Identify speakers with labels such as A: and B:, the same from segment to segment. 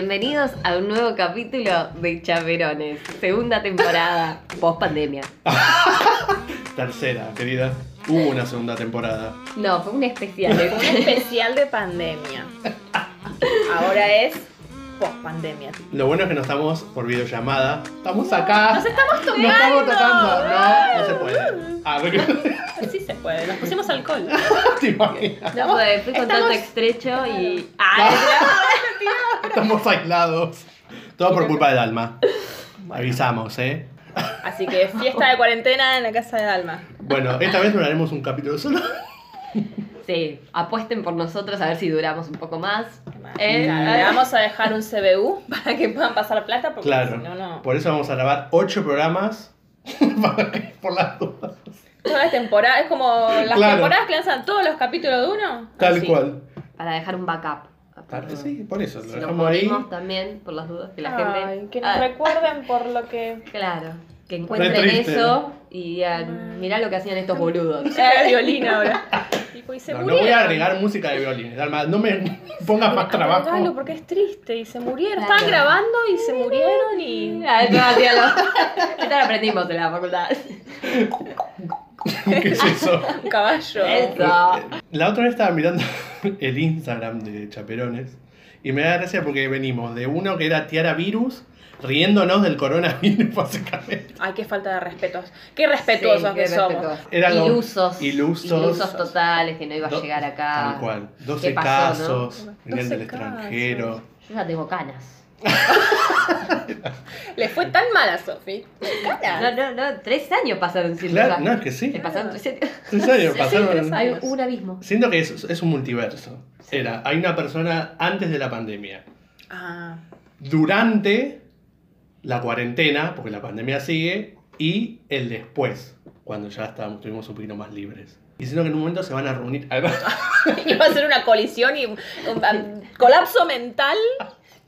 A: Bienvenidos a un nuevo capítulo de Chaperones, segunda temporada, post pandemia.
B: Tercera, querida. Hubo una segunda temporada.
A: No, fue un especial.
C: Un especial de pandemia. Ahora es post pandemia.
B: Lo bueno es que no estamos por videollamada. Estamos
C: Nos
B: acá.
C: estamos
B: Nos estamos
C: tomando.
B: tocando. No, no se puede. Ah, porque-
C: Sí se puede, nos pusimos alcohol.
B: te imaginas.
A: No fue, fue contacto
C: Estamos-
A: estrecho y. Ah,
B: Estamos aislados. Todo por culpa de Alma. Avisamos, ¿eh?
C: Así que fiesta de cuarentena en la casa de Dalma.
B: Bueno, esta vez no haremos un capítulo solo.
A: Sí, apuesten por nosotros a ver si duramos un poco más. Eh,
C: Claro, le vamos a dejar un CBU para que puedan pasar plata porque
B: Claro.
C: si no, no.
B: Por eso vamos a grabar ocho programas. Para que- por las dudas.
C: Todas las temporadas, es como las
B: Claro.
C: temporadas que lanzan todos los capítulos de uno.
B: Tal
C: así.
B: cual.
A: Para dejar un backup.
B: Tal- Sí, por eso. Lo
A: Si nos
B: dejamos ahí.
A: morimos también, por las dudas que la
C: Ay,
A: gente.
C: que nos
A: Ah,
C: recuerden por lo que.
A: claro, que encuentren
B: triste.
A: eso y digan, mirá lo que hacían estos boludos.
C: Eh, violín ahora. Tipo, y se
B: No, no
C: murieron.
B: voy a agregar música de violines. Alma, no me pongas más
C: Agregalo,
B: trabajo.
C: porque es triste y se murieron.
A: Claro.
C: Estaban grabando y se murieron y.
A: Ah, esto hacía lo- esto lo aprendimos en la facultad.
B: ¿Qué es eso?
C: Un caballo.
A: Eso.
B: La otra vez estaba mirando el Instagram de Chaperones y me da gracia porque venimos de uno que era Tiara Virus riéndonos del coronavirus, básicamente.
C: Ay, qué falta de respetos. Qué respetuosos
A: Sí,
C: que
A: qué
C: somos.
A: respetuosos.
B: Era como-
A: ilusos,
B: ilusos.
A: totales, que no iba a
B: Do-
A: llegar acá.
B: Tal cual. 12
A: Ah, ¿Qué pasó,
B: casos,
C: no?
B: venían
C: 12
B: del extranjero.
A: Yo ya tengo canas.
C: Le fue tan mal a Sofi.
A: No, no, no, tres años pasaron sin
B: Claro,
A: tocar.
B: no, es que sí.
A: Te pasaron tres años.
B: En serio, pasaron.
C: tres años.
A: Hay un abismo.
B: Siento que es, es un multiverso. Era, hay una persona antes de la pandemia.
C: Ah,
B: durante la cuarentena, porque la pandemia sigue, y el después, cuando ya estábamos, estuvimos un poquito más libres. Diciendo que en un momento se van a reunir.
C: iba a ser una colisión y un, un colapso mental.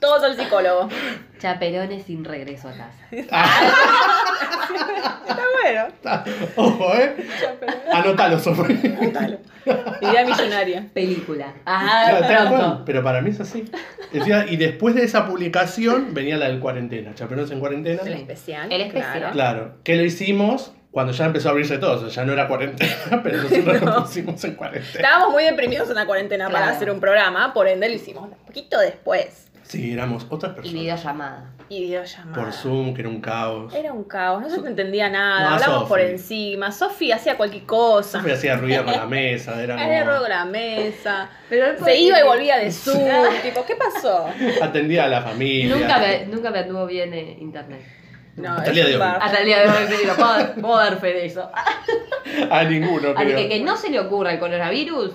C: Todos al psicólogo.
A: Chaperones sin regreso a casa.
B: Ah,
C: Está bueno.
B: Ojo, ¿eh? Anotalo, Sofía.
C: Idea millonaria.
A: Película.
B: Claro,
A: Ajá,
B: tal cual,
A: pronto.
B: Pero para mí es así. Decía, y después de esa publicación venía la del cuarentena, Chaperones en cuarentena.
C: El especial.
A: El especial.
C: claro.
B: Claro, que lo hicimos cuando ya empezó a abrirse todo, o sea, ya no era cuarentena, pero nosotros lo pusimos en cuarentena.
C: Estábamos muy deprimidos en la cuarentena para
A: Claro.
C: hacer un programa, por ende lo hicimos un poquito después.
B: Sí, éramos otras
A: Y
B: personas.
A: videollamada.
C: Y videollamada.
B: Por Zoom, que era un caos.
C: Era un caos, no se te entendía nada,
B: No,
C: hablamos
B: Sofi.
C: por encima, Sofi hacía cualquier cosa,
B: Siempre hacía ruido con la mesa, era
C: hacía ruido
B: como...
C: con la mesa,
A: Pero él
C: se
A: podía-
C: iba y volvía de Zoom, tipo, ¿qué pasó?
B: Atendía a la familia.
A: Nunca me, nunca me anduvo bien eh, internet.
C: No,
B: Hasta el día
C: es
B: de
C: un
B: hoy.
C: bar.
A: Hasta el día de hoy me digo, puedo, puedo dar fe de eso.
B: A ninguno,
A: Así
B: creo.
A: que que no se le ocurra el coronavirus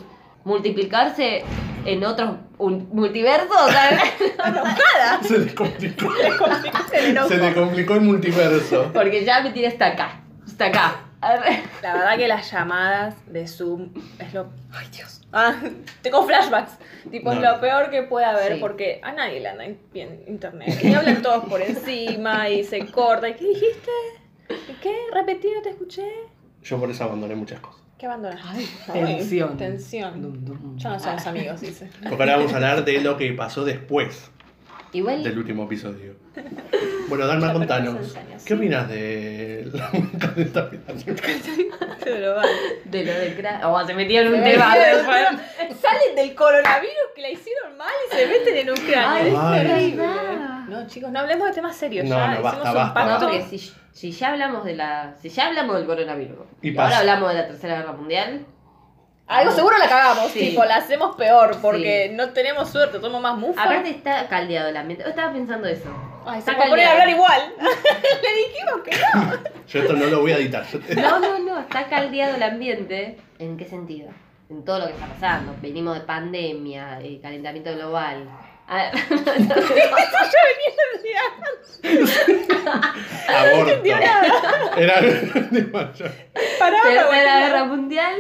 A: multiplicarse en otros un- multiversos. ¿sabes?
B: Se le complicó.
C: Se enojó.
B: Se le complicó el multiverso.
A: Porque ya me tiré hasta acá. Hasta acá.
C: La verdad que las llamadas de Zoom es lo... ¡Ay, Dios! Ah, tengo flashbacks. Tipo, es
B: No.
C: lo peor que puede haber
A: Sí.
C: porque a nadie le anda in- bien internet. Y hablan todos por encima y se corta. ¿Y qué dijiste? ¿Y qué? ¿Repetí? ¿No te escuché?
B: Yo por eso abandoné muchas cosas.
C: ¿Qué abandonaste?
A: Ay,
C: Ay,
A: tensión.
C: Tensión. Ya no
A: Ah,
C: somos amigos, dice.
B: Porque ahora vamos a hablar de lo que pasó después del
A: Igual,
B: último episodio. Bueno, Dalma, contanos. ¿Qué opinas de la
C: Se lo van.
A: de lo del crack. Oh, se metieron en un
C: Se
A: tema.
C: metieron en un Salen del coronavirus que la hicieron mal y se meten en
A: Ay,
C: Ucrania.
B: Ay.
A: es verdad.
C: No, chicos, no hablemos de temas serios.
B: No, no,
C: ya hicimos
B: basta,
C: un
B: basta,
A: No,
C: pacto.
A: porque si, si ya hablamos de la. Si ya hablamos del coronavirus.
B: Y
A: Y,
B: pasa.
A: ahora hablamos de la tercera guerra mundial.
C: Algo seguro la cagamos,
A: Sí.
C: tipo, la hacemos peor porque
A: Sí.
C: no tenemos suerte, somos más mufa.
A: Aparte está caldeado el ambiente. Yo estaba pensando eso.
C: Ay, se
A: está
C: me ponen a hablar igual. Le dijimos que no.
B: Yo esto no lo voy a editar. Yo te-
A: No, no, no, está caldeado el ambiente. ¿En qué sentido? En todo lo que está pasando. Venimos de pandemia, eh, calentamiento global. Ah,
C: Yo venía
B: Aborto. Era
C: parado.
A: Tercera guerra mundial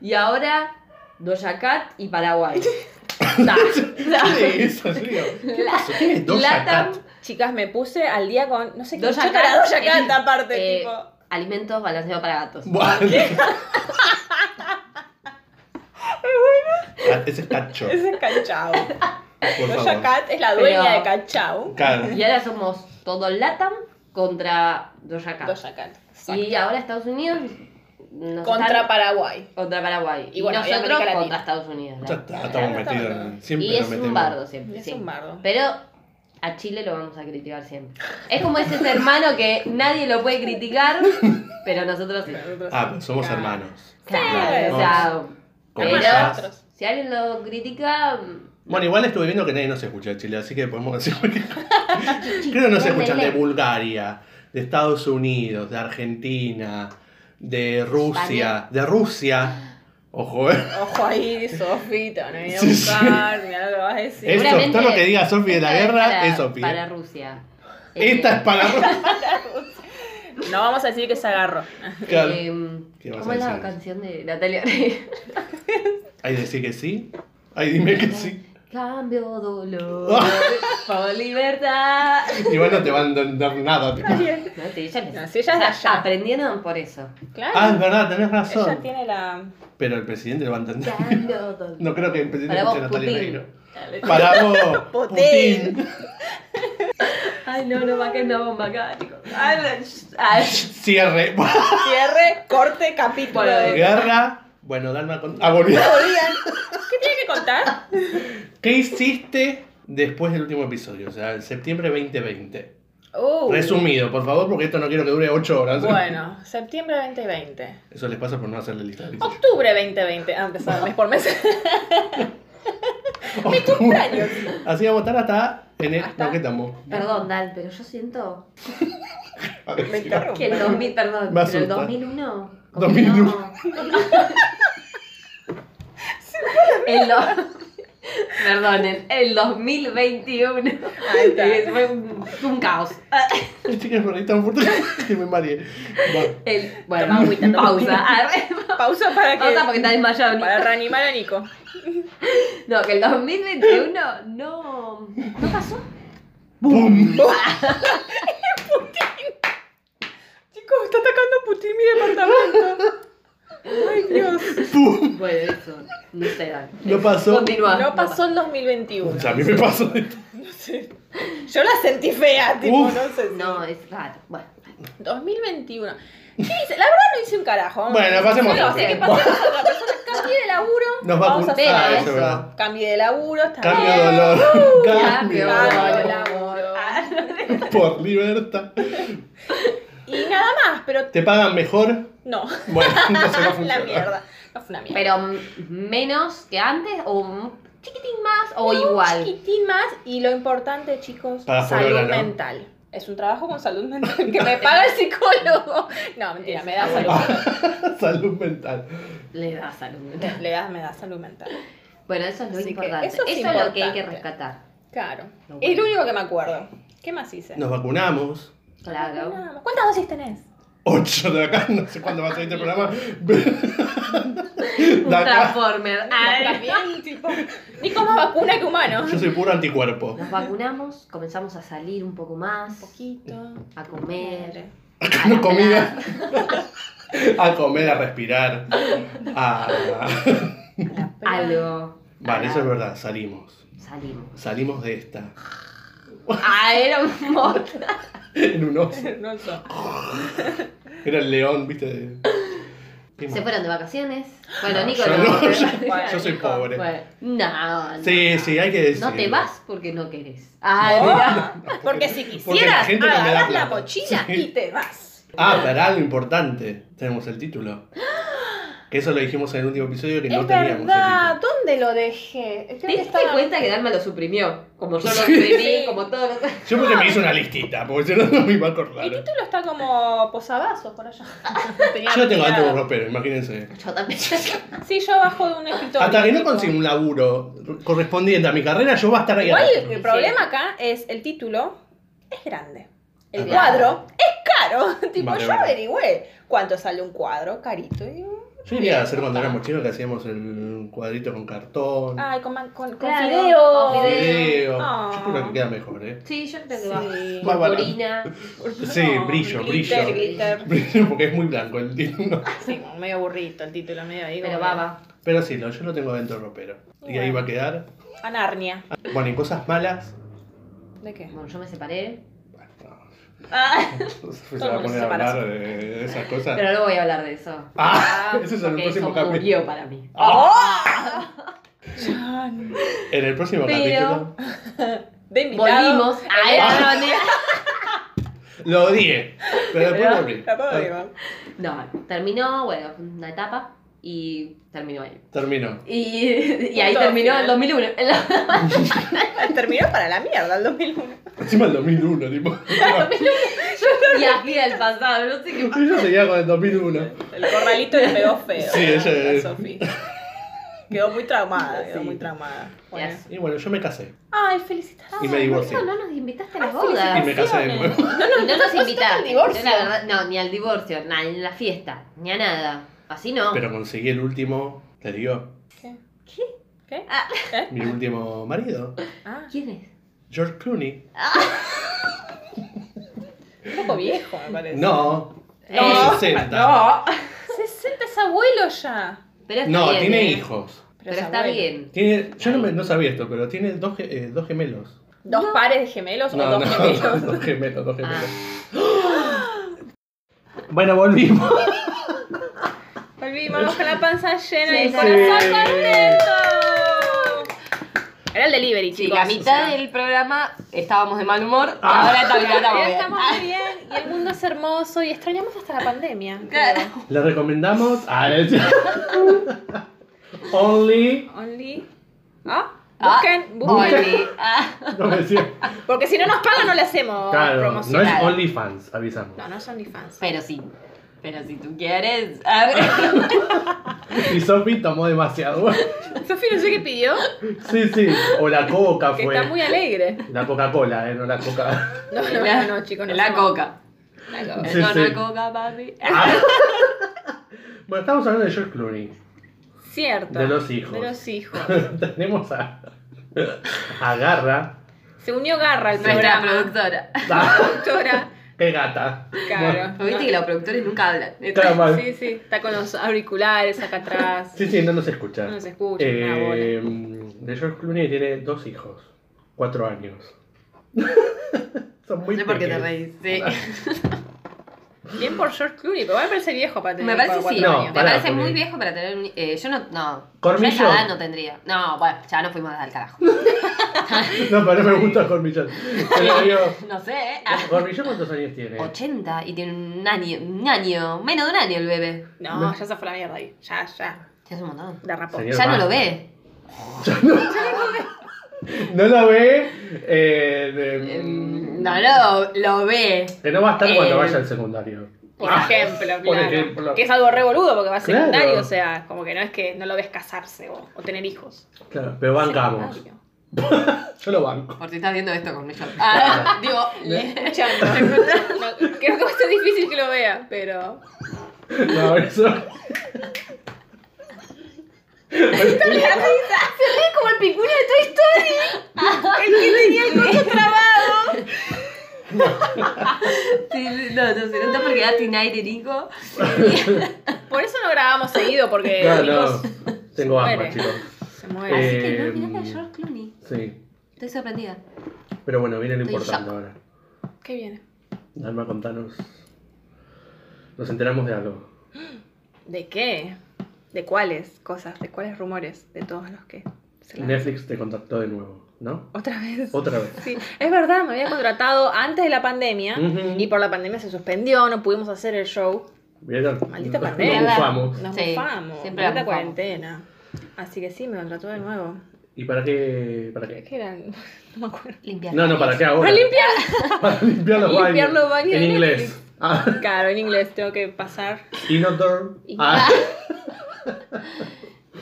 A: y ahora Doja Cat y Paraguay. Ta, ta.
B: ¿Qué es eso, serio? ¿Qué pasó? ¿Quién es Doja
A: Latam,
B: Cat?
C: Chicas, me puse al día con. No sé qué
A: Doja
C: chota era
A: Cat,
C: Doja Cat,
A: eh,
C: aparte,
A: eh,
C: tipo.
A: Alimentos balanceados para gatos.
B: Bueno. Ah, Ese es cacho.
C: Es enganchado.
B: Por
C: Doja
B: favor.
C: Cat es la dueña
A: Pero-
C: de Cachao.
B: Claro.
A: Y ahora somos todo Latam contra Doja Cat.
C: Doja Cat.
A: Y ahora Estados Unidos nos
C: Contra
A: están-
C: Paraguay.
A: contra Paraguay.
C: Y
A: Y,
C: bueno, y
A: nosotros
C: América Latina.
A: contra Estados Unidos. la-
B: Ya está,
A: la-
B: estamos
C: Ya está.
B: metidos en. Siempre
A: Y
B: nos
A: es un
B: metemos.
A: bardo siempre.
C: Es
A: sí.
C: un bardo.
A: Pero a Chile lo vamos a criticar siempre. Es como ese hermano que nadie lo puede criticar, pero nosotros sí.
B: Ah, pero somos
C: Claro.
B: hermanos.
A: Claro, o sea,
C: pues.
B: Como
A: Pero-
B: ellas.
A: si alguien lo critica,
B: Bueno, igual estuve viendo que nadie nos escucha de Chile, así que podemos decir que... Creo que nos escuchan de Bulgaria, de Estados Unidos, de Argentina, de Rusia, de Rusia. Ojo, eh.
C: Ojo ahí, Sofita, no vine a
B: Sí, Eh. sí.
C: buscar, mirá lo que vas a decir.
A: Es-
B: Esto,
A: Seguramente-
B: todo lo que diga Sofi de la
A: esta es
B: guerra
A: para,
B: es Sofi. eh.
A: Para Rusia.
B: Esta es para Rusia.
C: No vamos a decir que se agarró.
B: Claro.
A: eh,
B: ¿Qué vas
A: ¿Cómo
B: a
A: es la
B: decir?
A: canción de Natalia Oreiro?
B: Ay, decir que sí. Ay, dime que sí.
A: Cambio dolor por libertad.
B: Igual no te van a dar nada. te-
A: No, sí, ella les-
C: No, sí, ella es de
A: o sea,
C: allá.
A: Aprendieron por eso.
C: Claro.
B: Ah, es verdad, tenés
C: Ella
B: razón.
C: tiene la.
B: Pero el presidente lo va a entender.
A: Cambio dolor.
B: No creo que el presidente
A: Para vos,
B: escuche a Natalia
A: Putin.
B: Oreiro. Para vos,
C: Putin.
B: Putin.
A: Ay, no, no va a caer una bomba acá, chicos. Ay, no, sh- ay, sh-
B: Cierre.
C: Cierre, corte, capítulo
A: Bueno, eh.
C: de.
B: Guerra. Bueno, Dalma, con... ah, volví.
C: Volvían. ¿Qué tiene que contar?
B: ¿qué hiciste después del último episodio? O sea, en septiembre 2020.
C: Uh,
B: Resumido, por favor, porque esto no quiero que dure 8 horas.
C: Bueno, septiembre 2020.
B: Eso les pasa por no hacerle lista. de visitas.
C: Octubre 2020. Ah, empezaba mes por mes. Mi cumpleaños.
B: Así vamos a estar hasta en el...
C: Hasta-
B: No, ¿qué estamos?
A: Perdón, Dan, pero yo siento
B: A ver,
C: Me
B: si-
C: interrumpo.
A: que el 2000, perdón,
B: Me
A: pero el
B: asusta.
A: 2001. como que
B: 2001.
A: no. El do- Perdonen, el 2021.
C: Ahí está.
A: Eh, Fue un, un caos.
B: Ay, chicas, me reí tan fuerte que me mareé. Va.
A: El- bueno,
C: Toma agüita, toma
A: pausa. Ah,
C: Pausa para que.
A: Pausa porque está desmayado. Nico.
C: Para reanimar a Nico.
A: No, que el 2021 no, no pasó.
B: ¡Bum!
C: Chicos, está atacando Putin mi departamento. Ay, Dios.
B: ¡Bum!
A: Bueno, eso, no sé. Dan.
B: No pasó.
A: Continúa.
C: No pasó el 2021.
B: O sea, a mí me pasó de todo.
C: No sé. Yo la sentí fea, tipo,
B: Uf.
C: no sé. si-
A: No, es raro. Bueno,
C: 2021. ¿Qué hice? La verdad no hice un carajo.
B: Bueno, pasemos
C: No
B: a
C: sé
B: otra.
C: qué pasó con otra persona. Cambié de laburo.
B: Nos va
C: Vamos a
B: a
A: hacer
B: Ah, eso
A: eso.
B: es verdad.
C: Cambié de laburo. Está
B: Cambio
C: bien.
B: de dolor. Cambio
A: cambio
B: de
C: Cambio de
B: dolor.
C: laburo. Ah,
B: Por libertad.
C: Y nada más, pero
B: ¿Te pagan mejor?
C: no.
B: Bueno, entonces no funciona.
C: la mierda. No fue una mierda.
A: pero mm, menos que antes o un chiquitín más o
C: Un
A: igual.
C: chiquitín más y lo importante, chicos,
B: Para
C: salud
B: Forola, ¿no?
C: mental. Es un trabajo con salud mental que me paga el psicólogo. No, mentira, me da salud.
B: Este, Salud mental.
A: Le da salud.
C: Le- Le das, me da salud mental.
A: Bueno, eso es lo
C: Así que
A: importante.
C: eso
A: Eso
C: es
A: es, lo que hay que
C: importante.
A: rescatar.
C: Claro.
A: No,
C: Es
A: bueno.
C: lo único que me acuerdo. ¿Qué más hice?
B: Nos vacunamos.
A: Claro.
C: Nada más. ¿Cuántas dosis tenés?
B: 8 de acá, no sé cuándo va a salir este programa.
A: Un
B: De acá,
A: transformer. Ay.
C: Ay, también, tipo. Ni como vacuna que humano.
B: yo soy puro anticuerpo.
A: Nos vacunamos, comenzamos a salir un poco
C: Un
A: más,
C: poquito.
A: a comer.
B: Acá no comida. A comer, a respirar. A...
A: Algo.
B: Vale,
A: Ah,
B: eso es verdad, salimos.
A: Salimos.
B: Salimos de esta.
A: Ah, era un monstruo.
B: En un oso.
C: No sé.
B: Era el león, viste. ¿Qué más?
A: Se fueron de vacaciones. Bueno,
B: No,
A: Nico
B: yo
A: no.
B: no,
A: pero-
B: yo-
A: Bueno,
B: yo soy
C: Nico,
B: pobre.
A: bueno. No, no.
B: Sí, sí, hay que decir.
A: No te vas porque no querés. Ah,
C: Oh,
A: mirá.
C: porque si
B: porque la
C: quisieras,
B: gente no me da
C: agarras la
B: plata.
C: mochila
B: Sí.
C: y te vas.
B: Ah, pero algo importante. Tenemos el título. Que eso lo dijimos en el último episodio que no
C: es
B: teníamos. el
C: verdad,
B: título.
C: ¿dónde lo dejé? Creo
A: ¿Te
C: que
A: diste
C: estaba-
A: cuenta que Dalma lo suprimió? Como yo lo suprimí,
C: Sí.
A: como todo lo
B: Yo porque me hice una listita, porque si no, no me iba a
C: El
B: acordar.
C: título está como posavasos por allá. Tenía
B: Yo tengo
C: tirada.
B: alto como ropero, imagínense.
A: Yo también.
C: Sí, yo bajo de un escritorio.
B: Hasta que no
C: tipo.
B: consiga un laburo correspondiente a mi carrera, yo voy a estar ahí.
C: Igual
B: adentro.
C: el problema acá es el título es grande. El
B: Es
C: cuadro es caro. tipo,
B: Vale,
C: yo
B: vale.
C: averigüé cuánto sale un cuadro carito. Y...
B: Yo iría a hacer cuando éramos chicos que hacíamos el cuadrito con
A: Ah,
B: cartón,
C: Ay, con, man- con, con
A: Claro,
C: fideo.
A: con fideo.
B: video.
C: Ah.
B: Yo creo que queda mejor, ¿eh?
A: Sí, yo creo que
C: Sí.
A: va.
B: Más barato.
A: Purpurina.
B: Sí, brillo,
C: glitter,
B: brillo.
C: glitter.
B: Porque es muy blanco el título.
C: Sí, como medio burrito el título, medio ahí.
A: Pero
C: como-
A: va, va.
B: Pero sí, lo- yo lo tengo dentro del ropero. Y ahí va a quedar.
C: A Narnia.
B: Bueno, y cosas malas.
C: ¿De qué?
A: Bueno, yo me separé,
B: Bueno,
C: Ah,
B: no, se
C: Todo el
B: va a poner
C: mundo se
B: a
C: separa.
B: hablar de, de esas cosas.
A: pero no voy a hablar de eso.
B: Ah, ese es el
A: porque
B: próximo
A: eso
B: capítulo.
A: murió para mí.
C: Chan.
B: En el próximo
A: Pero-
B: capítulo.
C: De invitado.
A: Volvimos a
C: Ah.
A: la Ronnie.
B: Lo odié. Pero después
C: Ah,
B: lo Ah, abrí.
C: La puedo llevar.
A: No, terminó, bueno, una etapa y terminó ahí.
B: Terminó.
A: Y, y ahí
C: Punto
A: terminó
C: final.
A: el 2001. El
C: Terminó para la mierda el 2001.
B: Encima el 2001, tipo.
A: y así del pasado, no sé qué.
B: Yo seguía con el 2001.
C: El corralito le pegó feo.
B: Sí,
C: ¿no?
B: ella-
C: A Sofi. Quedó muy traumada, quedó
A: Sí.
C: muy traumada. Bueno.
A: Yes.
B: Y bueno, yo me casé.
C: Ay, felicitaciones.
B: Y me divorcié.
A: No, no nos invitaste a
C: Ah,
A: las bodas.
B: Y me casé de nuevo.
A: No, no, no nos invitaste.
C: divorcio.
A: Yo, la verdad, no, ni al divorcio, ni a la fiesta, ni a nada. Así no.
B: Pero conseguí el último, te digo,
C: ¿Qué?
A: ¿Qué?
C: ¿Qué?
A: Ah.
B: mi último marido,
C: Ah,
A: ¿Quién es?
B: George Clooney.
C: un poco viejo me parece.
B: No,
A: Eh,
B: no, 60.
C: No. 60 es abuelo ya.
A: pero está
B: No,
A: bien,
B: tiene
A: eh.
B: hijos.
A: Pero,
C: es
A: está
C: abuelo.
A: bien.
B: Tiene, yo no, me- no sabía esto, pero tiene dos, ge- eh, dos gemelos.
C: ¿Dos
A: No.
C: pares de gemelos o
B: No,
C: dos
B: no,
C: gemelos?
B: dos gemelos, dos gemelos.
A: Ah,
B: Bueno, volvimos.
C: Volvimos con la panza llena y el
A: Sí.
C: corazón contento. Era el delivery,
A: sí,
C: chicos.
A: la mitad
C: o sea.
A: del programa estábamos de mal humor,
B: Ah.
A: ahora también
C: Ya
A: estamos bien. Ah,
C: estamos muy bien y el mundo es hermoso y extrañamos hasta la pandemia.
A: Claro.
C: creo.
B: Le recomendamos a Only.
C: Only. ¿Ah?
A: Ah,
C: Busquen, busquen.
A: Oli, ah.
B: No me decía.
C: Porque si no nos pagan, no le hacemos
B: Claro, no
C: promocionar.
B: es OnlyFans, avisamos.
C: No, no es OnlyFans.
A: Pero sí, pero si tú quieres. a ver.
B: Y Sophie tomó demasiado.
C: Sofía, no sé qué pidió,
B: Sí, sí. O la coca
C: que
B: fue.
C: está muy alegre.
B: La Coca-Cola, eh, no la coca.
C: No, no,
A: La-
C: no, no, chicos. No
A: La
C: somos-
A: coca.
C: La coca.
B: Sí,
A: no, no
B: sí.
A: hay coca, papi.
B: Ah. Bueno, estamos hablando de George Clooney.
C: Cierto.
B: De los hijos.
C: De los hijos.
B: Tenemos a. A Garra.
C: Se unió Garra al
A: Nuestra
C: programa.
A: productora.
B: Ah,
C: Productora.
B: ¡Qué gata!
C: Claro.
A: Viste que los productores nunca hablan.
B: Está mal.
C: Sí, sí. Está con los auriculares acá atrás.
B: Sí, sí, no nos escucha.
C: No nos escucha. una bola.
B: Eh, de George Clooney tiene dos hijos, cuatro años. Son muy
A: No sé por qué te
B: pequeños.
A: reís. Sí.
C: Bien por George Clooney, pero me parece viejo para tener
A: Me parece
C: cuatro
A: sí.
B: No,
A: me
C: años.
B: pará,
A: parece
B: Juli.
A: muy viejo para tener un. eh, yo no. No.
B: Cormillo.
A: Yo a esa edad no tendría. No, bueno, ya no fuimos al carajo.
B: No, pero me gusta Cormillón. Pero digo,
A: No sé, ¿eh? Ah.
B: ¿Cormillón cuántos años tiene?
A: 80 y tiene un año, un año, menos de un año el bebé.
C: No, ya se fue la mierda ahí. Ya, ya.
A: Ya es un montón.
C: Derrapó.
B: Señor.
A: Ya no
B: basta.
A: lo ve.
B: No lo ve. eh, de-
A: Em, No, lo, lo ve.
B: Que no va a estar cuando
A: Eh,
B: vaya al secundario.
C: em, Por
B: Ah,
C: ejemplo,
B: por
C: claro.
B: ejemplo.
C: Que es algo re boludo porque va a
B: Claro.
C: secundario, o sea, como que no es que no lo ves casarse o, o tener hijos.
B: Claro, pero bancamos.
C: Secundario.
B: Yo lo banco.
A: Por si estás viendo esto con ellos. Ah, digo, le-
C: Escuchando. No, creo que va a ser difícil que lo vea, pero.
B: No, eso.
C: Se lee como el pingüino de Toy Story. El que tenía el coche trabado.
A: sí, sí, no, no se nota porque da tinaire, Nico.
C: Por eso no grabamos seguido, porque
B: No, no.
C: Nico
B: Tengo hambre,
C: Eh, muere.
B: chicos.
C: se muere.
A: Así que no,
B: Em,
A: mirá a George Clooney.
B: Sí.
A: Estoy sorprendida.
B: Pero bueno, viene lo
A: Estoy
B: importante
A: shock.
B: ahora.
C: ¿Qué viene?
B: Alma, contanos. Nos enteramos de algo.
C: ¿De qué? ¿De cuáles cosas? ¿De cuáles rumores? De todos los que. se la-
B: Netflix te contactó de nuevo, ¿no?
C: Otra vez.
B: Otra vez.
C: Sí, es verdad, me había contratado antes de la pandemia
B: Ujú.
C: y por la pandemia se suspendió, no pudimos hacer el show.
B: ¿Vieron?
C: Maldita
B: Nos
C: pandemia.
B: bufamos.
C: Nos
A: Sí,
C: mofamos,
A: siempre
C: maldita
A: la mofamos.
C: cuarentena. Así que sí, me contrató de nuevo.
B: ¿Y para qué? ¿Para
C: Es
B: qué?
C: que eran, no me acuerdo.
A: Limpiar.
B: No, no, ¿para qué ahora?
C: Para limpiar.
B: Para limpiar los
C: Para
B: baños.
C: limpiar los baños
B: En
C: de
B: inglés.
C: Netflix.
B: Ah,
C: Claro, en inglés tengo que pasar.
B: inodor.
C: Y-
B: Ah,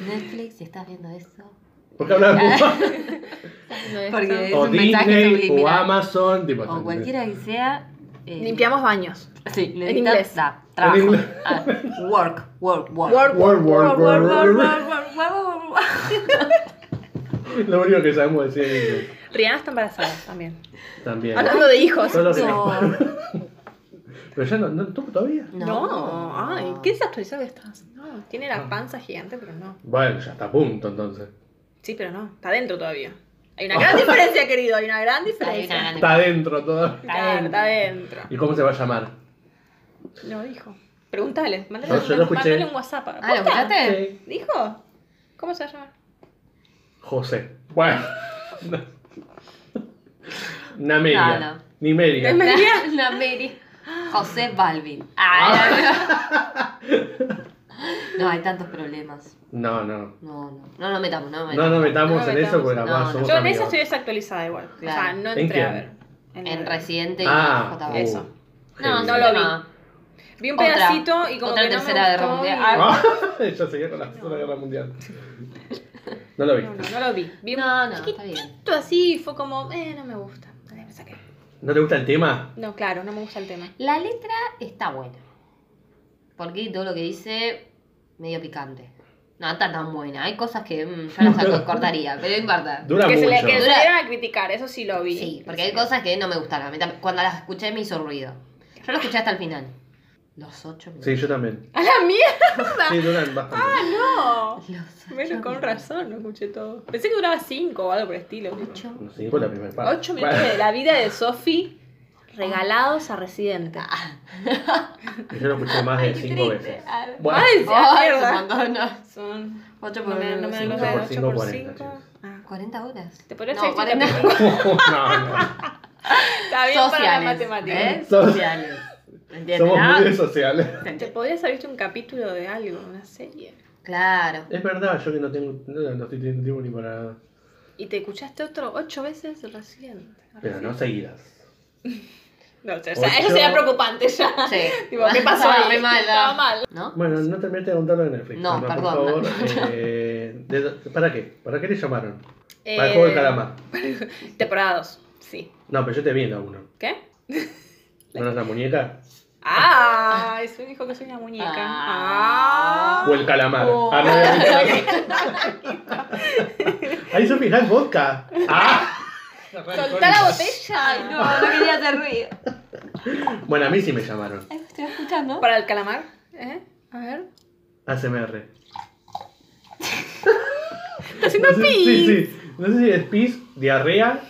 A: Netflix, si estás viendo eso.
B: ¿Por qué hablas de
C: no es
A: Porque-
C: tan-
B: O
A: un mensaje
B: Disney, o
A: subliminal.
B: Amazon. Tipo,
A: O cualquiera que sea. eh,
C: Limpiamos baños.
A: Sí, necesitas-
C: inglés.
A: da, trabajo.
B: En inglés.
A: Ah, work, work, work.
C: Work,
B: World, world, world, world, world.
A: work, work, work.
B: Lo único que sabemos decir en inglés.
C: Rihanna está embarazada también.
B: También.
C: Hablando de hijos.
B: Solo que
A: No.
B: nos- Pero ya no, no tuvo todavía.
C: No, ay, qué desactualizado que estás. No, tiene la panza gigante, pero no.
B: Bueno, ya está a punto entonces.
C: Sí, pero no, está dentro todavía. Hay una gran diferencia, querido, hay una gran
A: Ahí está
C: diferencia.
A: grande.
B: Está adentro todo.
C: Claro, está dentro.
B: ¿Y cómo se va a llamar?
C: Lo dijo. Pregúntale, mándale,
B: No, yo lo
C: un-
B: escuché.
C: mándale un WhatsApp.
A: Ah, ¿lo
C: ¿Posta?
A: escuchaste?
B: Sí.
C: ¿Dijo? ¿Cómo se va a llamar?
B: José. Bueno. Namelia.
A: No, no.
B: Nimeria.
C: Deme-
A: La, la Mary. José Balvin.
B: Ah.
A: Ah, no, hay tantos problemas.
B: No, no.
A: No, no. No nos metamos, no nos metamos.
B: No nos metamos
C: No
B: en
C: metamos.
B: eso porque
A: No,
B: capaz
A: no.
B: somos
C: Yo en
B: amigos.
C: esa estoy desactualizada igual. O sea,
A: Claro.
C: no
B: ¿En
C: entré a
B: quién?
C: ver.
A: En Residente y
B: Ah,
A: JB.
B: uh,
C: Eso.
A: No,
B: heavy.
A: no lo vi.
C: Vi un
A: Otra.
C: pedacito y como
A: Otra
C: que no me
A: tercera guerra
C: gustó
A: mundial.
C: y-
A: Ah,
B: Ah, ya seguía con la Segunda Guerra Mundial. No lo
C: No,
B: viste.
C: no, no lo vi. Vi un
A: No, no, está bien.
C: poquito así y fue como, eh, no me gusta. Ahí me saqué.
B: ¿No te gusta el tema?
C: No, claro, no me gusta el tema.
A: La letra está buena. Porque todo lo que dice, medio picante. No está tan buena. Hay cosas que mm, yo las saco- cortaría, pero no importa.
B: Dura
C: que se le,
B: mucho.
C: que se
A: Dura-
C: dieron a criticar, eso sí lo vi.
A: Sí, porque hay cosas que no me gustaron. A mí tam- Cuando las escuché me hizo ruido. Yo lo escuché hasta el final. Los ocho minutos.
B: Sí, yo también.
C: ¡A la mierda!
B: Sí, duran bastante.
C: Ah. ¡No!
A: Los ocho
C: Bueno, con
A: minutos.
C: razón, no escuché todo. Pensé que duraba 5 o algo por el estilo.
A: Ocho.
B: No sé, fue la primera parte.
C: 8 minutos de la vida de Sophie regalados a Residente.
B: Ah, Bueno, Yo lo escuché más de 5 veces. Bueno,
C: Ay,
A: Ay, es
C: mierda.
A: un montón, no.
C: Son.
A: Ocho
C: No
A: por
C: me, no me dan
A: cinco.
C: los
B: Ocho por
C: dedos.
B: cinco,
C: 8 por
B: cuarenta,
C: 5.
B: chicos.
C: Ah,
A: 40 horas.
C: Te podrías
A: No,
C: haber hecho
A: 40.
C: este-
B: no,
C: Está bien para la
A: Sociales.
C: matemática.
A: ¿eh?
B: So-
A: Sociales.
B: no.
A: ¿Entiendes?
B: Somos
A: Ah,
B: muy sociales.
C: Te podrías haber visto un capítulo de algo, una serie.
A: Claro.
B: Es verdad, yo que no tengo. No, no estoy teniendo tiempo ni para.
C: Y te escuchaste otro ocho veces Residente.
B: Pero no seguidas.
C: No, o sea,
B: Ocho.
C: eso sería preocupante ya.
A: Sí.
C: Tipo, ¿qué pasó
A: Estaba
C: ahí?
A: re mal,
C: Estaba
A: ¿no?
C: mal.
A: ¿No?
B: Bueno, no terminaste de contarlo en Netflix.
A: No,
B: Ana, por
A: perdón,
B: favor.
A: no.
B: eh, de- ¿Para qué? ¿Para qué le llamaron?
C: Eh,
B: Para el juego del calamar.
C: Temporada 2, sí.
B: No, pero yo te vi en la 1.
C: ¿Qué?
B: ¿No es la muñeca?
C: Ah, es un hijo que soy una muñeca.
A: Ah.
C: Ah.
B: O el calamar.
A: Oh.
B: Ah, no, no, no. Ahí se fijas vodka. Ah.
C: Soltá la botella.
A: Ay, no, no quería hacer ruido.
B: Bueno, a mí sí me llamaron.
A: Ay, me estoy escuchando.
C: Para el calamar. ¿Eh? A ver.
B: ASMR.
C: Está haciendo
B: sé,
C: pis.
B: sí, sí. No sé si es pis, diarrea.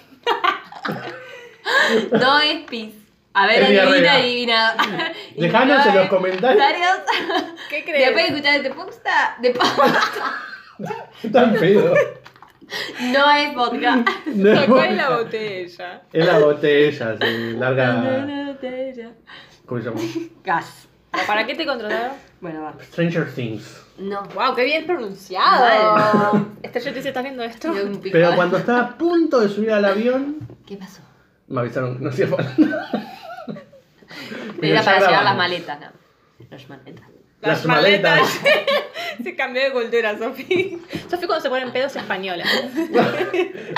A: No es pis. A ver,
B: Es diarrea.
A: adivina, adivina.
B: Dejanos en los
A: Ignora
B: comentarios.
A: comentarios.
C: ¿Qué crees?
A: Después de escuchar este podcast, de podcast,
B: Tan pedo.
A: no es vodka.
B: No es
C: ¿Cuál es la
B: vodka.
C: botella?
B: Es la botella, sí, larga. Ah. ¿Cómo se llama?
A: Gas.
C: ¿Pero ¿Para qué te contrataron?
A: Bueno, va.
B: Stranger Things.
A: No.
C: Wow, qué bien pronunciado.
A: Mal.
C: Este yo te dice, ¿estás viendo esto?
A: Dio un pico. ¿eh?
B: Pero cuando estaba a punto de subir al avión,
A: ¿Qué pasó?
B: me avisaron que no hacía falta. Pero
A: Era
B: ya
A: para llevar
B: grabamos.
A: las maletas, no. Las maletas.
B: Las maletas.
C: se cambió de cultura, Sofi. Sofi cuando se pone en pedo es española.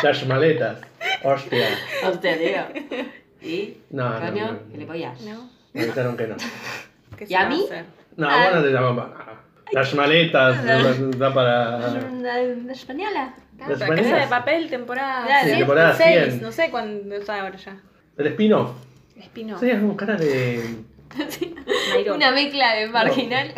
B: Las maletas. Hostia.
A: Hostia, digo. ¿Y?
B: No, no,
A: Coño,
B: no, no.
A: que le podías.
C: ¿No?
B: Me avisaron que no.
C: ¿Qué
A: ¿Y a mí?
C: hacer?
B: No,
A: Ah.
B: vos no te llaman para nada. Las maletas. Da para.
A: Una una española.
B: Las
C: La
B: maneras.
C: casa de papel, temporada
A: Claro. Sí,
C: 100,
B: temporada
C: 6,
B: 100.
C: no sé cuándo está ahora ya.
B: El espino.
C: Espino.
B: Sí, es un cara de.
C: Nairo.
A: Una mezcla de marginal.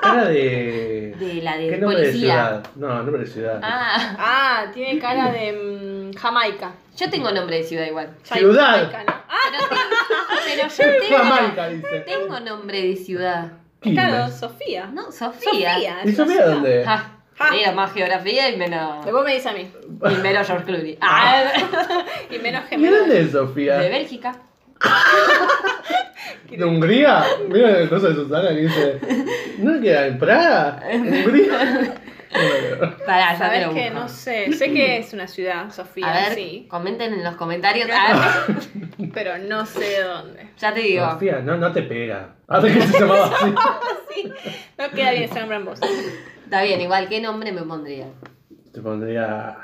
B: Cara de.
A: De la
B: ¿Qué
A: de
B: nombre de
A: policía.
B: ciudad? No, nombre de ciudad.
A: Ah,
C: Ah, tiene cara de mm, Jamaica.
A: yo tengo nombre de ciudad igual.
B: Ciudad.
C: Jamaica, ¿no? Ah,
A: Pero, tengo, pero yo tengo,
B: Jamaica, dice.
A: tengo nombre de ciudad.
C: claro,
B: Quilmes.
C: Sofía.
A: No, Sofía. Ah,
C: Sofía. Ah.
B: ¿Y
C: es una
B: Sofía
C: ciudad.
B: dónde?
A: Ja,
C: Ja.
A: digo, más geografía y menos.
C: Después me dice a mí.
A: Y menos George Clooney. Ah,
C: Y menos
B: ¿Y
C: gemelos.
B: dónde es Sofía?
A: de Bélgica.
B: ¿De Hungría? Mira la cosa de Susana que dice. ¿No queda en Praga? ¿En Hungría?
A: Pará, ya te
C: Sabes
A: lo
C: que
A: busco.
C: no sé. Sé que es una ciudad, Sofía,
A: A ver,
C: sí.
A: comenten en los comentarios. A ver,
C: Pero no sé dónde.
A: ya te digo.
B: Sofía, no, no te pega. Ah, ¿de qué se llamaba así?
A: Ah,
C: Sí. No queda bien ese nombre en vos.
A: Está bien, igual, ¿qué nombre me pondría?
B: Te pondría.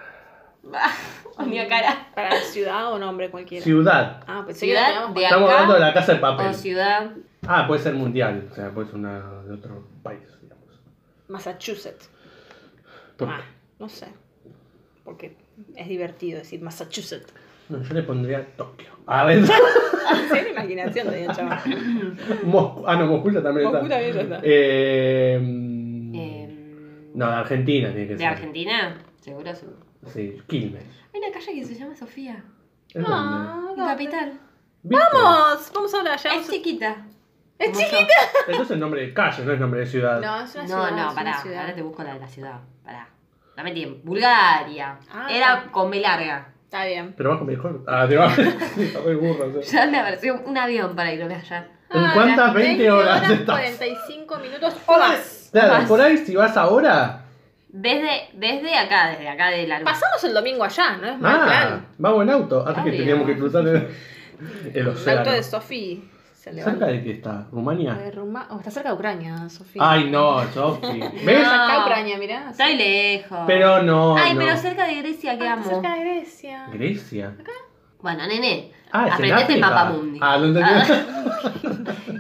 A: Ponía cara.
C: Para ciudad o nombre cualquiera.
B: Ciudad.
C: Ah, pues
A: Ciudad de-
B: Estamos
A: acá?
B: hablando de la casa de papel.
A: O ciudad.
B: Ah, puede ser mundial. O sea, puede ser una de otro país, digamos.
C: Massachusetts.
B: ¿Por
C: Ah,
B: qué?
C: no sé. Porque es divertido decir Massachusetts.
B: No, yo le pondría Tokio. A ver,
C: Sí, es imaginación tenía chaval.
B: Moscú. Ah, no, Moscú ya también
C: Moscú
B: está.
C: también ya está.
B: Eh,
A: Em,
B: no, de Argentina tiene que
A: ¿De
B: ser.
A: Argentina? Seguro. seguro.
B: Sí, Quilmes.
A: Hay una calle que se llama Sofía.
B: ¿En dónde?
A: En Capital.
B: ¿Viste?
C: Ah, Vamos, vamos ahora, ya.
A: Es
C: vamos-
A: chiquita.
C: Es
A: Como yo.
B: Entonces es nombre de calle, no es nombre de ciudad.
C: No, es una
A: No,
C: ciudad. es
A: no,
C: una
A: pará.
C: ciudad.
A: Ahora te busco la de la ciudad. Pará. Dame tiempo. Bulgaria.
C: Ah,
A: Era
C: está.
A: con B larga.
C: Está bien.
B: Pero vas con mejor. Ah, te vas. Está re burra, sí.
A: Ya me apareció un avión para irme allá.
B: ¿En
C: Ah,
B: cuántas
C: las
B: 20 horas estás? Pues.
C: 45 minutos o más.
B: Claro,
A: Vas.
B: por ahí si vas ahora.
A: Desde, desde acá, desde acá de la luz.
C: Pasamos el domingo allá, ¿no? Es mal
B: Ah,
C: plan.
B: vamos en auto. Hasta que
A: Obvio.
B: teníamos que cruzar el, el
C: El
B: océano.
C: auto de Sofía se
B: ¿Cerca
C: levanta.
B: de qué está? ¿Rumanía?
C: De Ruma- oh, está cerca de Ucrania, Sofía.
B: Ay, no, Sofi. ¿Ves?
A: No.
C: Está acá Ucrania, mirá. así.
A: Estoy lejos.
B: Pero no.
A: Ay,
B: no.
A: pero cerca de Grecia que
C: Ah,
A: amo.
C: está cerca de Grecia.
B: Grecia.
A: Bueno, nene.
B: Ah, es en
A: Aprendete el
B: África.
A: mapa mundi.
B: Ah, lo entendí.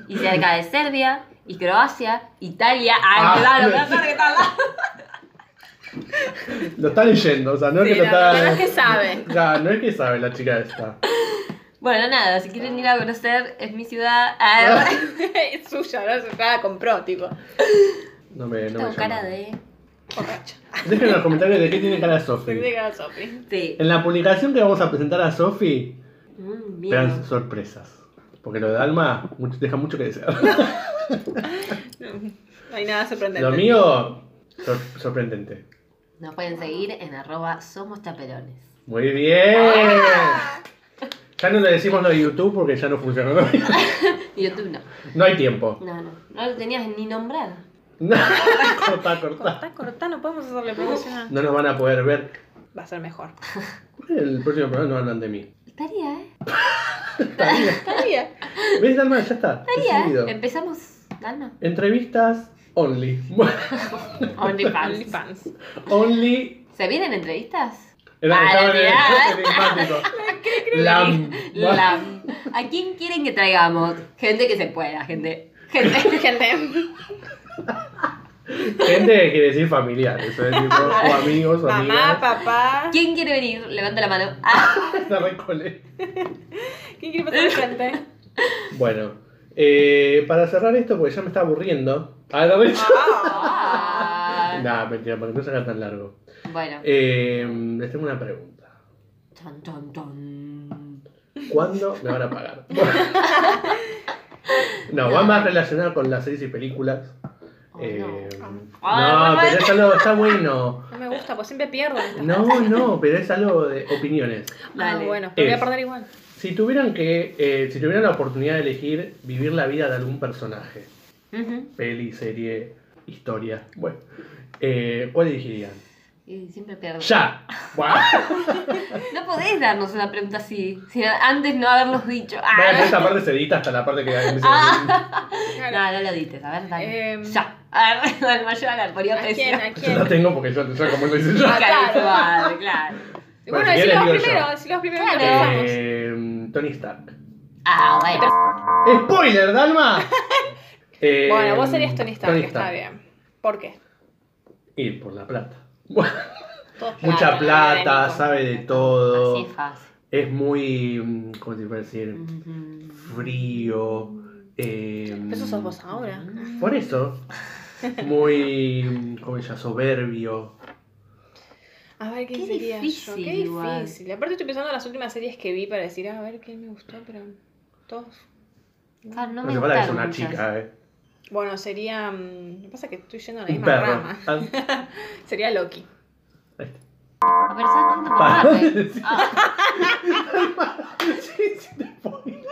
A: Y cerca de Serbia, y Croacia, Italia.
B: Ah,
A: Ay, claro,
B: me-
A: claro que está al lado.
B: Lo está leyendo, o sea, no es que
C: Sí,
B: lo
C: no,
B: está.
C: no, no es que sabe.
B: Ya, no es que sabe la chica esta.
A: Bueno, nada, si quieren ir a conocer, es mi ciudad. Ah,
C: es suya, ¿no? Se la compró, tipo.
B: No me, no me
A: tengo cara
B: llama.
A: de.
C: Borracha.
B: Dejen en los comentarios de qué tiene cara
C: Se
B: Sofi.
C: llega a Sofía.
A: Sí.
B: En la publicación que vamos a presentar a Sofi,
A: Mm, miedo.
B: esperan sorpresas. Porque lo de Alma mucho- deja mucho que desear.
C: No, no hay nada sorprendente.
B: Lo mío, sor- sorprendente.
A: Nos pueden seguir en arroba somos taperones.
B: Muy bien. Ya no le decimos lo de YouTube porque ya no funcionó.
A: YouTube no.
B: No hay tiempo.
A: No, no. No lo tenías ni nombrado.
B: corta, corta.
C: Cortá, cortá, no podemos hacerle promocionar.
B: No nos van a poder ver.
C: Va a ser mejor.
B: El próximo programa no hablan de mí.
A: Estaría, ¿eh?
C: Está bien.
B: ¿Ves, Alma? Ya está.
A: Estaría,
B: decidido.
A: ¿eh? Empezamos, Dalma.
B: Entrevistas only.
A: OnlyFans.
C: OnlyFans.
B: only.
A: ¿Se vienen entrevistas?
B: Era
A: Ah,
B: estaba en el-
A: la
B: en el empático. Lam.
A: La- ¿A quién quieren que traigamos? Gente que se pueda, gente. Gente.
C: Gente.
B: Gente que quiere decir familiares, ¿eh? Tipo, o amigos, ¿eh? o
C: Mamá,
B: amigas.
C: papá.
A: ¿Quién quiere venir? Levanta la mano. Ah,
B: La recole.
C: ¿Quién quiere pasar de frente?
B: Bueno, eh, para cerrar esto, porque ya me está aburriendo. A la vez.
A: ah.
B: Nah, mentira, porque no se haga tan largo.
A: Bueno.
B: Eh, les tengo una pregunta.
A: Tan, tan, tan.
B: ¿Cuándo me van a pagar? No, va más relacionado con las series y películas.
A: Oh,
B: Eh,
A: no.
B: no, pero es algo, está bueno.
C: No me gusta, pues siempre pierdo. en estas
B: No, no, pero es algo de opiniones.
A: Dale.
C: Ah, bueno, pero voy
B: Es.
C: a perder igual.
B: Si tuvieran que, eh, si tuvieran la oportunidad de elegir vivir la vida de algún personaje,
A: Ujú.
B: peli, serie, historia, bueno, eh, ¿cuál elegirían?
A: Y siempre pierdo.
B: Ya. Buah.
A: No podés darnos una pregunta así. Si antes no haberlos dicho. Ah.
B: Bueno, esta parte se edita hasta la parte que empieza a
A: No, no lo dices. A ver, dale.
C: Em.
A: Ya. A ver, Dalma, llévala, por Dios,
C: ¿A
A: te
C: quién?
A: decía.
C: ¿A
B: decir. Yo la
C: quién?
B: tengo porque yo, yo como lo hice yo.
C: Ah,
A: Casual, claro.
C: Y Bueno,
B: Bueno, si
C: decilo vos
B: querés digo yo.
C: primero, decilo vos primero.
A: Claro.
C: que empezamos.
B: Eh, Tony Stark.
A: Ah, bueno.
B: ¡Spoiler, Dalma! Eh,
C: Bueno, vos serías Tony Stark, está bien. ¿Por qué?
B: Ir por la plata.
C: Todos
B: Mucha
C: platos,
B: plata,
C: académicos.
B: sabe de todo.
A: Así es fácil.
B: Es muy, mm, ¿cómo te puedo decir? Frío. eh,
C: Eso sos vos ahora.
B: Por eso. Muy, mm, ¿cómo se llama? Soberbio.
C: A ver qué,
A: Qué
C: sería yo.
A: difícil
C: Qué
A: igual.
C: difícil. Aparte estoy pensando en las últimas series que vi para decir, a ver qué me gustó, pero todos.
A: Claro, Ah, no
B: No,
A: me
B: hace falta que
A: gustaron
B: sea una
A: muchas.
B: chica, ¿eh?
C: Bueno, sería. mm, Lo que pasa es que estoy yendo a la
B: Un
C: misma
B: perro.
C: rama.
B: Ah,
C: Sería Loki.
B: ahí está.
A: A pesar de que no
B: Para
A: me
B: de
A: maten.
B: decir-
A: Ah,
B: Sí, sí, te voy.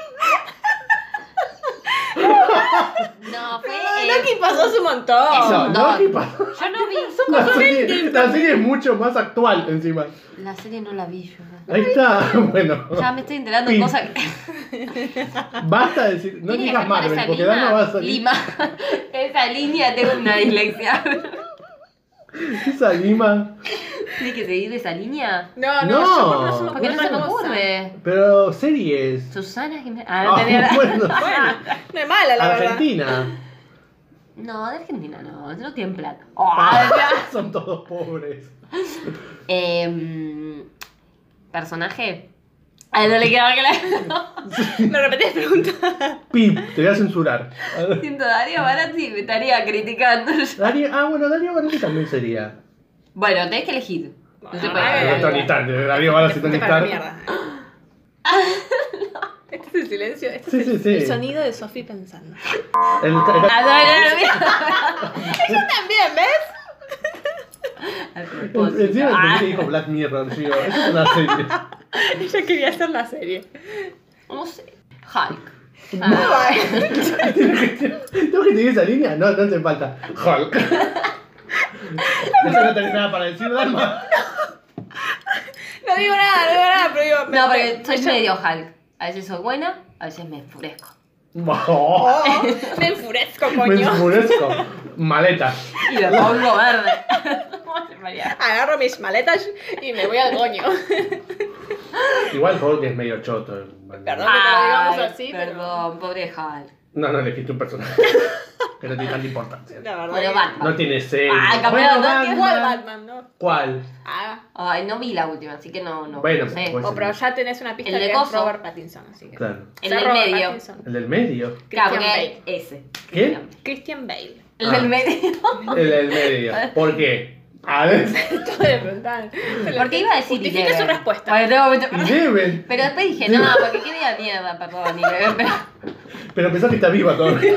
A: No, fue.
C: Loki
A: eh,
C: pasó su montón.
A: Eso.
B: No, no, ¿qué pasa?
A: Yo no vi.
B: La serie, la serie es mucho más actual encima.
A: La serie no la vi yo.
B: Ahí está, bueno.
A: Ya me estoy enterando
B: Pin.
A: de cosas que.
B: Basta de decir, no
A: Tiene que
B: digas
A: ver con
B: Marvel,
A: esa
B: porque
A: lima-
B: Dalma va a salir.
A: Lima. Esa línea tengo una dislexia.
B: Esa lima.
A: Tiene que seguir esa línea.
C: No, no,
B: No.
C: yo porque no se me
A: Porque no
C: ocurre
A: se me
C: otra cosa.
A: ocurre.
B: Pero series.
A: Susana Jiménez. Ah, no
B: Ah,
A: tenía la-
B: bueno.
C: Bueno, no es mala, la verdad.
B: Argentina.
A: No, de Argentina no, no tienen plata. Ah,
B: Son todos pobres.
A: Em, personaje, A él no le quedaba claro.
C: Me repetí la pregunta.
B: Pip, te voy a censurar.
A: Siento, Darío Barati me estaría criticando.
B: Darío, ah, bueno, Darío Barati también sería.
A: Bueno, tenés que elegir. No te
C: Ah,
A: puedes-
B: Ah,
C: ya,
B: Tony
C: ya.
B: Tan, de Darío Barati, Tony
C: Te para la
B: Tan.
C: mierda. Este es el silencio, este
B: Sí,
C: es el,
B: sí, sí.
C: el sonido de Sofi pensando.
B: El- el-
A: Ah, no,
C: Ella también, ¿ves?
A: no, no, no.
B: Encima
A: Ah.
B: entendí que dijo Black Mirror, tío. Eso es una serie.
C: Ella quería hacer la serie.
A: No sé. Hulk. Ah.
B: ¿Tengo que seguir esa línea? No, no te falta. Hulk. Eso no tenés nada para decir, Dalma.
C: No digo nada, no digo nada, pero digo. me-
A: No, porque
C: me-
A: soy
C: me-
A: medio Hulk. A veces soy buena, a veces me enfurezco.
B: Oh,
C: Oh, me enfurezco,
B: me
C: coño.
B: enfurezco. Maleta.
A: Y me pongo verde. ¿Cómo se llamaría?
C: Agarro mis maletas y me voy al coño.
B: Igual Hulk es medio choto.
C: Perdón. que te lo
A: Ah,
C: digamos
A: Ay,
C: así, pero-
A: Perdón, pobre Hulk.
B: No, no elegiste un personaje. Que no tiene tanta importancia.
C: La verdad.
A: Bueno,
C: que-
A: Batman.
B: No tiene serie.
A: Ah, cambiaron todo el tiempo
C: ¿Cuál Batman, no?
B: ¿Cuál?
C: Ah,
A: Ay, no vi la última, así que no, no,
B: Bueno,
A: no sé.
B: pues-
C: o, pero ya tenés una pista
A: El de
C: que es
A: Gozo.
C: Robert Pattinson, así que.
B: Claro.
A: El
C: O sea,
A: del
C: Robert
A: medio.
C: Pattinson.
B: El del medio.
A: Claro,
C: Christian
A: porque
C: Bale.
A: ese.
B: ¿Qué?
A: Christian.
C: Christian Bale.
A: El
B: Ah.
A: del medio.
B: El del medio. ¿Por qué? A ver.
C: Esto de preguntar.
A: Porque iba a decir
C: Justifique su
A: Eleven.
C: respuesta.
A: Bueno, tengo mucho-
B: Y Eleven.
A: Pero después dije, no, porque qué día mierda, perdón, ni bebé, pero...
B: Pero pensás que está viva todavía.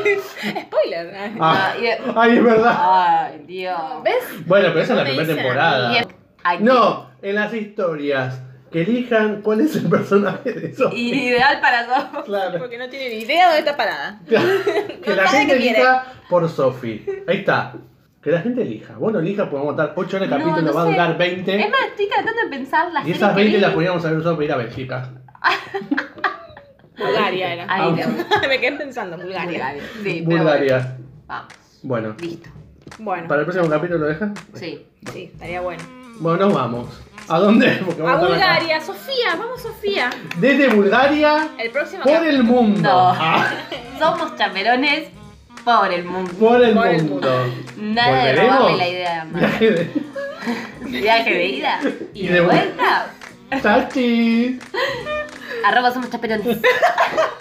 C: Spoiler. Ah.
B: Ah.
A: No, y-
B: Ay, es verdad.
A: Ay, Dios.
C: ¿Ves?
B: Bueno, pero esa es
C: No
B: la
C: me
B: primera
C: dicen a mí.
B: temporada.
A: Y es- Aquí.
B: Ah. No, en las historias. Que elijan cuál es el personaje de eso.
A: Ideal para todos.
B: Claro.
C: Porque no tiene ni idea dónde está parada.
B: Que
C: No
B: la
C: sabe
B: gente
C: qué quiere.
B: elija por Sophie. Ahí está. Que la gente elija. Bueno, elija, podemos dar 8 horas de
A: No,
B: capítulo,
A: no
B: va a
A: sé.
B: durar
A: Es
B: 20.
A: más, estoy tratando de pensar las
B: ¿Eh? Y esas
A: series
B: 20
A: que
B: las
A: vi.
B: podíamos haber usado para ir a Bélgica.
C: Bulgaria era.
A: Ahí
B: Ah,
A: lo-
C: me quedé pensando, Bulgaria.
A: Bulgaria. Sí, pero bueno.
B: Bulgaria.
A: Vamos,
B: Bueno,
A: listo.
C: Bueno,
B: para el próximo capítulo lo dejas.
A: Sí.
C: sí, estaría bueno.
B: Bueno, nos vamos. ¿A dónde? Porque
C: A
B: vamos estar acá.
C: Bulgaria, Sofía, vamos Sofía.
B: Desde Bulgaria
C: El próximo
B: por el mundo.
A: No.
B: Ah,
A: Somos chamberones por el mundo.
B: por el
C: Por el
B: mundo.
A: Nada de
B: ¿Volveremos?
A: robarme la idea, mamá.
B: Viaje de-
A: Viaje de ida
B: Y
A: y
B: de
A: de
B: vuelta.
A: vuelta.
B: Tachis.
A: Arroba somos chamberones.